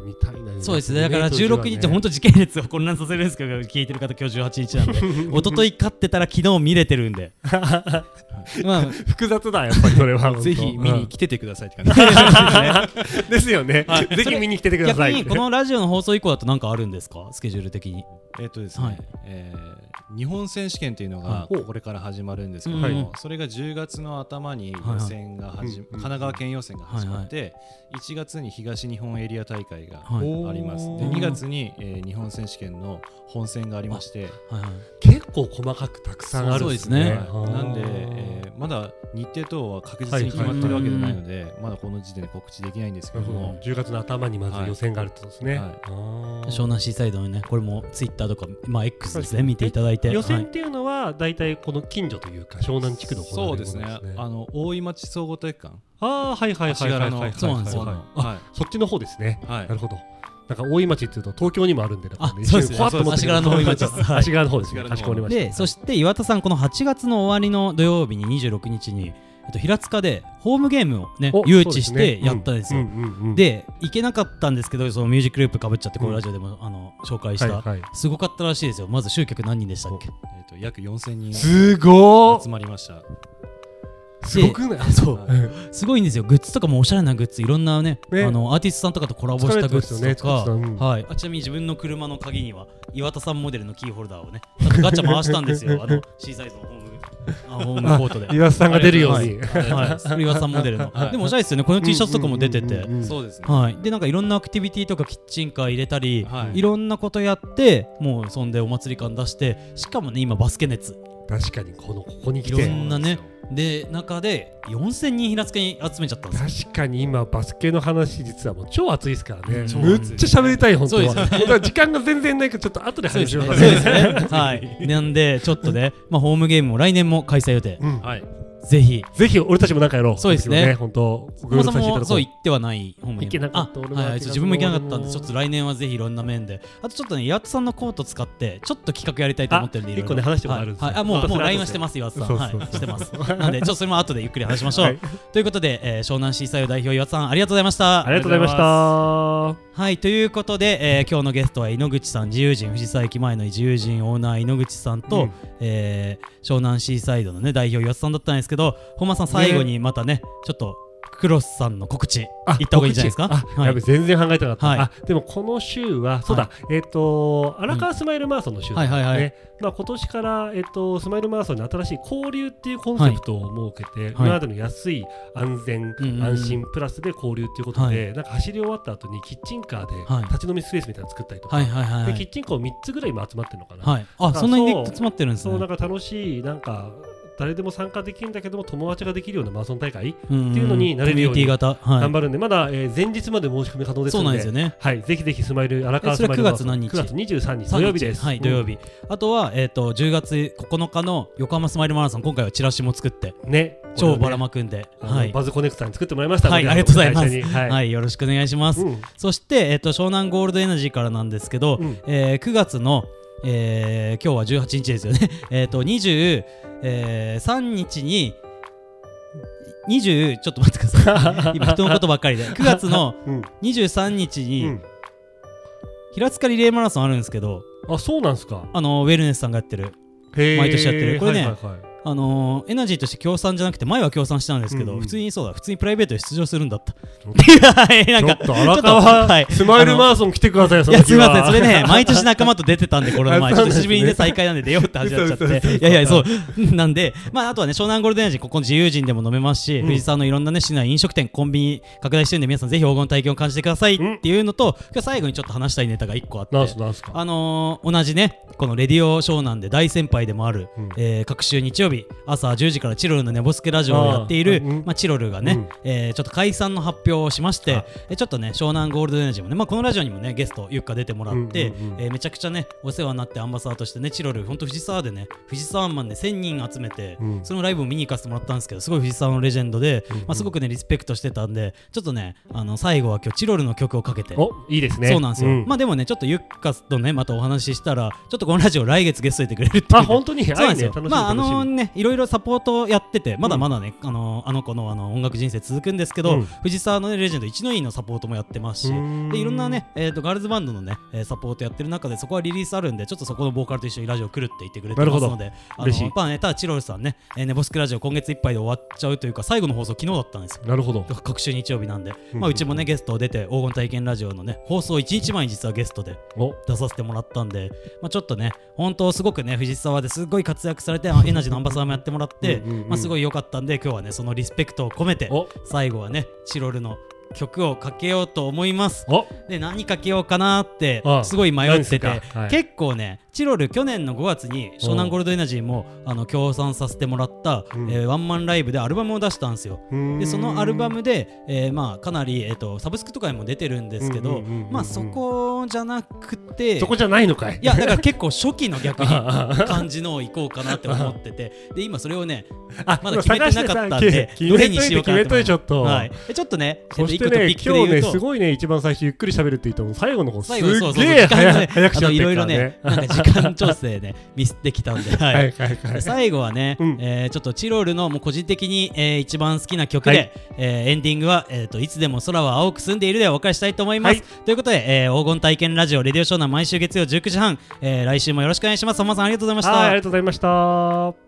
[SPEAKER 2] ー見たいな
[SPEAKER 1] そうですね、だから16日って本当
[SPEAKER 2] 当
[SPEAKER 1] 時系列を混乱させるんですけど、聞いてる方、今日18日なんで、一昨日勝ってたら昨日見れてるんで、まあ、 そう
[SPEAKER 2] 複雑だやっぱり それは
[SPEAKER 4] いぜひ見に
[SPEAKER 2] 来
[SPEAKER 4] 来ててくださいって感じ。
[SPEAKER 1] ですね
[SPEAKER 2] て ですよね
[SPEAKER 1] はい
[SPEAKER 2] ぜひ見に来ててくだ
[SPEAKER 1] 逆
[SPEAKER 2] さい
[SPEAKER 1] にこのラジオの放送以降だと何かあるんですか、スケジュール的に。
[SPEAKER 4] えっとです
[SPEAKER 1] はい
[SPEAKER 4] ね、えー日本選手権っていうの
[SPEAKER 1] は
[SPEAKER 4] が
[SPEAKER 1] い
[SPEAKER 4] これから始まるんですけど
[SPEAKER 1] はい
[SPEAKER 4] も、それが10月の頭に
[SPEAKER 1] はいはい
[SPEAKER 4] 予選が
[SPEAKER 2] う
[SPEAKER 4] 始
[SPEAKER 2] ん
[SPEAKER 4] ま神奈川県予選が始まって、1月に東日本エリア大会があ
[SPEAKER 1] はい
[SPEAKER 4] ります。で、
[SPEAKER 1] おー
[SPEAKER 4] 2月にえー日本選手権の本戦がありまして、
[SPEAKER 1] はいはい
[SPEAKER 2] 結構細かくたくさんあるん
[SPEAKER 1] そうです
[SPEAKER 4] はいなんで、えーまだ日程等は確実に決まってるわけじゃないので、まだこの時点で告知できないんですけ
[SPEAKER 2] なる
[SPEAKER 4] ど
[SPEAKER 2] ほど
[SPEAKER 4] も、
[SPEAKER 2] 10月の頭にまず予選があるってことですね
[SPEAKER 4] はい
[SPEAKER 2] あー
[SPEAKER 1] 湘南シーサイドのね、これもツイッターとか、まあ、X ですね、見ていただいて、
[SPEAKER 2] 予
[SPEAKER 1] は
[SPEAKER 2] 選っ
[SPEAKER 1] い
[SPEAKER 2] ていうのは大体この近所というか湘南地区の方
[SPEAKER 4] そうですねあ
[SPEAKER 2] あ
[SPEAKER 4] の大井町総合体育館
[SPEAKER 2] ああ、はいはいはいはいはいはいはい。
[SPEAKER 1] 足柄のそうなんですよ
[SPEAKER 4] はい
[SPEAKER 2] あ
[SPEAKER 4] は
[SPEAKER 2] そっちの方ですね。
[SPEAKER 4] いはい
[SPEAKER 2] なるほど。なんか大井町っていうと東京にもあるんで、なんかね
[SPEAKER 1] あそうです
[SPEAKER 2] 一瞬ふわっと思って
[SPEAKER 1] 足柄の大井町です
[SPEAKER 2] そうそう足柄の方ですね。
[SPEAKER 4] 足柄の方
[SPEAKER 2] かしこまりました。
[SPEAKER 1] でそして岩田さんこの8月の終わりの土曜日に26日に、えっと、平塚でホームゲームをね
[SPEAKER 2] お
[SPEAKER 1] 誘
[SPEAKER 2] そう
[SPEAKER 1] 致
[SPEAKER 2] です
[SPEAKER 1] し
[SPEAKER 2] ね
[SPEAKER 1] てやったんですよ、
[SPEAKER 2] うんうんうんうん
[SPEAKER 1] で行けなかったんですけどそのミュージックループかぶっちゃってこのラジオでも、あの紹介した、
[SPEAKER 2] はいはい
[SPEAKER 1] すごかったらしいですよまず集客何人でしたっけ
[SPEAKER 4] えっと約4000人
[SPEAKER 2] すご
[SPEAKER 4] 集まりました
[SPEAKER 2] ーすごくない
[SPEAKER 1] でそう
[SPEAKER 4] はい
[SPEAKER 1] すごいんですよグッズとかもおしゃれなグッズいろんなね
[SPEAKER 2] ね
[SPEAKER 1] あのアーティストさんとかとコラボしたグッズとか、
[SPEAKER 2] 疲れてますよね塚地さんうん
[SPEAKER 1] はい、あちなみに自分の車の鍵には岩田さんモデルのキーホルダーをねちゃんとガチャ回したんです よあのシーサイズのホームあホームコートで。
[SPEAKER 2] 岩田さんが出るように。
[SPEAKER 1] はい、それ岩田さんモデルの、
[SPEAKER 4] はい
[SPEAKER 1] でもおしゃれですよねこの T シャツとかも出てて、
[SPEAKER 2] うんうんうんうん
[SPEAKER 4] そうですね
[SPEAKER 1] はい、でなんかいろんなアクティビティとかキッチンカー入れたり、、
[SPEAKER 4] はい
[SPEAKER 1] ろんなことやってもうそんでお祭り感出してしかもね今バスケ熱
[SPEAKER 2] 確かにこのここに来
[SPEAKER 1] いろ
[SPEAKER 2] て
[SPEAKER 1] んなねで中で4000人平塚に集めちゃったんですよ
[SPEAKER 2] 確かに今バスケの話実はもう超熱いですからね
[SPEAKER 1] 超熱い
[SPEAKER 2] むっちゃ喋りたい本当は
[SPEAKER 1] そうです
[SPEAKER 2] 本当は時間が全然ないからちょっと後で
[SPEAKER 1] そうで
[SPEAKER 2] 話し
[SPEAKER 1] す
[SPEAKER 2] ま
[SPEAKER 1] ね。
[SPEAKER 2] すね
[SPEAKER 1] はい。なんで、ちょっと ね、まあ、ホームゲームも来年も開催予定。
[SPEAKER 2] うん
[SPEAKER 4] はい
[SPEAKER 1] ぜひ。
[SPEAKER 2] ぜひ俺たちもなんかやろう
[SPEAKER 1] そうですね
[SPEAKER 2] 本当
[SPEAKER 1] そ
[SPEAKER 2] ご協
[SPEAKER 1] もそ
[SPEAKER 2] 力させていた
[SPEAKER 1] も
[SPEAKER 2] だ
[SPEAKER 1] そ
[SPEAKER 2] こ
[SPEAKER 1] う
[SPEAKER 2] う
[SPEAKER 1] 行ってはないホームゲーム
[SPEAKER 2] 行けなかった俺も
[SPEAKER 1] あはい、
[SPEAKER 2] 行けなかった
[SPEAKER 1] 自分も行けなかったんで
[SPEAKER 2] 俺
[SPEAKER 1] ち
[SPEAKER 2] も
[SPEAKER 1] ょっと来年はぜひいろんな面であとちょっとね岩田さんのコート使ってちょっと企画やりたいと思ってるんで
[SPEAKER 2] あ
[SPEAKER 1] いろいろ
[SPEAKER 2] 一個ね話したことあるんですよ
[SPEAKER 1] はいはいあもう
[SPEAKER 2] あ
[SPEAKER 1] も
[SPEAKER 2] そうれ
[SPEAKER 1] LINE はしてます岩田さん
[SPEAKER 2] そう
[SPEAKER 1] はい
[SPEAKER 2] そう
[SPEAKER 1] してますなんでちょっとそれも後でゆっくり話しましょう、
[SPEAKER 2] はい
[SPEAKER 1] ということで、えー湘南シーサイド代表岩田さんありがとうございました
[SPEAKER 2] ありがとうございました
[SPEAKER 1] はいということで、えー今日のゲストは井ノ口さん自由人藤沢駅前の自由人オーナー井ノ口さんと、
[SPEAKER 2] うん
[SPEAKER 1] えー湘南シーサイドの、ね、代表岩田さんだったんですけど本間さん最後にまたねちょっとクロスさんの告知行った方がいいんじゃないですか
[SPEAKER 2] あ
[SPEAKER 1] はい
[SPEAKER 2] やべ全然考えてなか
[SPEAKER 1] はい
[SPEAKER 2] ったあでもこの週はそうだえっと荒川スマイルマラソンの週
[SPEAKER 1] はいはいはい
[SPEAKER 2] ねまあ今年からえっとスマイルマラソンに新しい交流っていうコンセプトを設けて今までの安い安全
[SPEAKER 1] うんうんうん
[SPEAKER 2] 安心プラスで交流っていうこと
[SPEAKER 1] は
[SPEAKER 2] でなんか走り終わった後にキッチンカーで
[SPEAKER 1] はい
[SPEAKER 2] 立ち飲みスペースみたいなの作ったりとか
[SPEAKER 1] はいはいはい
[SPEAKER 2] で
[SPEAKER 1] は
[SPEAKER 2] キッ
[SPEAKER 1] い、
[SPEAKER 2] チンカーを3つぐらい今集まってるのかな
[SPEAKER 1] はい、あ
[SPEAKER 2] あ
[SPEAKER 1] そんなに
[SPEAKER 2] そう
[SPEAKER 1] 詰まってるんですね
[SPEAKER 2] そうなんか楽しいなんか誰でも参加できるんだけども友達ができるようなマラソン大会
[SPEAKER 1] ん
[SPEAKER 2] っていうのに慣れるように
[SPEAKER 1] コミュニティ型、はい
[SPEAKER 2] 頑張るんで、まだ、えー前日まで申し込み可能です
[SPEAKER 1] そう
[SPEAKER 2] ので
[SPEAKER 1] なんですよね
[SPEAKER 2] はい、ぜひぜひスマイル荒川
[SPEAKER 1] えそ
[SPEAKER 2] ス
[SPEAKER 1] れ
[SPEAKER 2] マイル
[SPEAKER 1] 9月何日
[SPEAKER 2] 9月23日土曜日です。
[SPEAKER 1] はい土曜日、あとは、えー、と10月9日の横浜スマイルマラソン今回はチラシも作って
[SPEAKER 2] うんね、
[SPEAKER 1] 超ばら
[SPEAKER 2] ま
[SPEAKER 1] まくんで、は
[SPEAKER 2] はいバズコネクタに作ってもらいましたので。
[SPEAKER 1] はいありがとうございます
[SPEAKER 2] 会社にはい。
[SPEAKER 1] はい、よろしくお願いします。
[SPEAKER 2] うん
[SPEAKER 1] そして、えっと湘南ゴールドエナジーからなんですけど、
[SPEAKER 2] うん
[SPEAKER 1] えー9月の、えー今日は18日ですよね、 えっと23、えー3日に20ちょっと待ってください 今人のことばっかりで9月の
[SPEAKER 2] うん
[SPEAKER 1] 23日
[SPEAKER 2] う
[SPEAKER 1] に
[SPEAKER 2] ん
[SPEAKER 1] 平塚リレーマラソンあるんですけど
[SPEAKER 2] あ、そうなんですか。
[SPEAKER 1] あのウェルネスさんがやってる
[SPEAKER 2] へー
[SPEAKER 1] 毎年やってるこれね
[SPEAKER 2] はいはいはい
[SPEAKER 1] あのーエナジーとして協賛じゃなくて前は協賛してたんですけど、
[SPEAKER 2] うんうん
[SPEAKER 1] 普通にそうだ普通にプライベートで出場するんだった
[SPEAKER 2] ょ っ
[SPEAKER 1] はいなんか
[SPEAKER 2] ちょっと荒
[SPEAKER 1] ちょっと
[SPEAKER 2] 川、
[SPEAKER 1] はい
[SPEAKER 2] スマイルマラソン来てくださいよ、
[SPEAKER 1] い
[SPEAKER 2] その
[SPEAKER 1] やす
[SPEAKER 2] 日
[SPEAKER 1] み
[SPEAKER 2] は
[SPEAKER 1] ませんそれね毎年仲間と出てたんでこの前
[SPEAKER 2] あ
[SPEAKER 1] ち
[SPEAKER 2] そ
[SPEAKER 1] ょ
[SPEAKER 2] う
[SPEAKER 1] っと
[SPEAKER 2] なんです
[SPEAKER 1] 久
[SPEAKER 2] ね
[SPEAKER 1] しぶりにね再会なんで出ようって始まっちゃっていやいやそう なんでまああとはね湘南ゴールデンエナジーここの自由人でも飲めますし、
[SPEAKER 2] うん
[SPEAKER 1] 藤沢のいろんなね市内飲食店コンビニ拡大してるんで皆さんぜひ黄金の体験を感じてくださいっていうのと今日最後にちょっと話したいネタが1個あって
[SPEAKER 2] なんすなんすか。
[SPEAKER 1] あのー同じねこの「レディオ湘南」で大先輩でもある、
[SPEAKER 2] うん
[SPEAKER 1] えー各週日曜日朝10時からチロルの寝ぼすけラジオをやっている
[SPEAKER 2] あーうん
[SPEAKER 1] まあ、チロルがね、
[SPEAKER 2] うん
[SPEAKER 1] えーちょっと解散の発表をしまして
[SPEAKER 2] あ
[SPEAKER 1] えちょっとね湘南ゴールドエナジーもね、まあ、このラジオにもねゲストゆっか出てもらって、
[SPEAKER 2] うんうんうん
[SPEAKER 1] えーめちゃくちゃねお世話になってアンバサダーとしてねチロル本当藤沢でね藤沢マンで1000人集めて、
[SPEAKER 2] うん
[SPEAKER 1] そのライブを見に行かせてもらったんですけどすごい藤沢のレジェンドで、
[SPEAKER 2] うんうん
[SPEAKER 1] まあ、すごくねリスペクトしてたんでちょっとねあの最後は今日チロルの曲をかけて
[SPEAKER 2] お、いいですね。
[SPEAKER 1] そうなんですよ、ま
[SPEAKER 2] ま
[SPEAKER 1] あでもねちょっとゆっかとねまたお話ししたらちょっとこのラジオ来月ゲスト出てくれるっていう
[SPEAKER 2] あ、本当に、
[SPEAKER 1] そうなん
[SPEAKER 2] 愛
[SPEAKER 1] です
[SPEAKER 2] ね、
[SPEAKER 1] よ、
[SPEAKER 2] 楽しみ。
[SPEAKER 1] まああ
[SPEAKER 2] 楽しみ
[SPEAKER 1] のねいろいろサポートやっててまだまだね、あのあの子のあの音楽人生続くんですけど、
[SPEAKER 2] うん
[SPEAKER 1] 藤沢の、ね、レジェンド一の井のサポートもやってますし
[SPEAKER 2] うーん
[SPEAKER 1] でいろんなね、えー、とガールズバンドのねえーサポートやってる中でそこはリリースあるんでちょっとそこのボーカルと一緒にラジオ来るって言ってくれてますのであの
[SPEAKER 2] 嬉しい
[SPEAKER 1] まあねただチロルさんね、えー、ネボスクラジオ今月いっぱいで終わっちゃうというか最後の放送昨日だったんですよ
[SPEAKER 2] なるほど。
[SPEAKER 1] 各週日曜日なんで、
[SPEAKER 2] うん
[SPEAKER 1] まあ、うちもねゲストを出て黄金体験ラジオのね放送1日前に実はゲストで
[SPEAKER 2] お、
[SPEAKER 1] 出させてもらったんで、まあ、ちょっとね本当すごくね藤沢ですごい活躍され てあエナジーのアンバサダーもやってもらって
[SPEAKER 2] うんうんうん
[SPEAKER 1] まあ、すごい良かったんで今日はねそのリスペクトを込めて
[SPEAKER 2] お、
[SPEAKER 1] 最後はねチロルの曲をかけようと思います
[SPEAKER 2] お
[SPEAKER 1] で何かけようかなって
[SPEAKER 2] ああ
[SPEAKER 1] すごい迷ってて、
[SPEAKER 2] 何ですかはい
[SPEAKER 1] 結構ねチロル去年の5月に湘南ゴールドエナジーもあの協賛させてもらった、
[SPEAKER 3] うん
[SPEAKER 1] えーワンマンライブでアルバムを出したんですよ
[SPEAKER 3] うん
[SPEAKER 1] でそのアルバムで、えーまあ、かなり、えー、とサブスクとかにも出てるんですけど、
[SPEAKER 3] うんうんうんうん
[SPEAKER 1] まあ、そこじゃなくて
[SPEAKER 2] そこじゃないのかい
[SPEAKER 1] いやだから結構初期の逆に
[SPEAKER 2] あ
[SPEAKER 1] 感じのをいこうかなって思って てで今それをね
[SPEAKER 2] あ
[SPEAKER 1] まだ決めてなかったんで
[SPEAKER 2] 今
[SPEAKER 1] ど
[SPEAKER 2] 探
[SPEAKER 1] れ
[SPEAKER 2] してさ
[SPEAKER 1] にしようかな
[SPEAKER 2] 決めといて決めといてちょっと
[SPEAKER 1] はい、えちょっとね
[SPEAKER 2] そし
[SPEAKER 1] え
[SPEAKER 2] て
[SPEAKER 1] っと
[SPEAKER 2] ね
[SPEAKER 1] 一個トピ
[SPEAKER 2] 今
[SPEAKER 1] ックで
[SPEAKER 2] 日
[SPEAKER 1] 言
[SPEAKER 2] ね
[SPEAKER 1] う
[SPEAKER 2] す
[SPEAKER 1] と
[SPEAKER 2] ごいね一番最初ゆっくり喋るって言ったもん最後の方すっ
[SPEAKER 1] 最後そうそうそう
[SPEAKER 2] げえ
[SPEAKER 1] 時間の
[SPEAKER 2] 早
[SPEAKER 1] ね
[SPEAKER 2] 早くしちゃ
[SPEAKER 1] あの
[SPEAKER 2] って
[SPEAKER 1] いろい
[SPEAKER 2] るか
[SPEAKER 1] ろね
[SPEAKER 2] らね
[SPEAKER 1] なんか時間調整ね ミスってきたんではい
[SPEAKER 2] はいはいは
[SPEAKER 1] で
[SPEAKER 2] い
[SPEAKER 1] 最後はね、
[SPEAKER 3] うん
[SPEAKER 1] えーちょっとチロルのもう個人的に、えー一番好きな曲で、
[SPEAKER 2] はい
[SPEAKER 1] えーエンディングは、えーと「いつでも空は青く澄んでいる」でお別れしたいと思います。
[SPEAKER 2] はい
[SPEAKER 1] ということで、えー黄金体験ラジオ「レディオショーナ」毎週月曜19時半、えー来週もよろしくお願いします。本間さんありがとうございました。
[SPEAKER 2] はいありがとうございました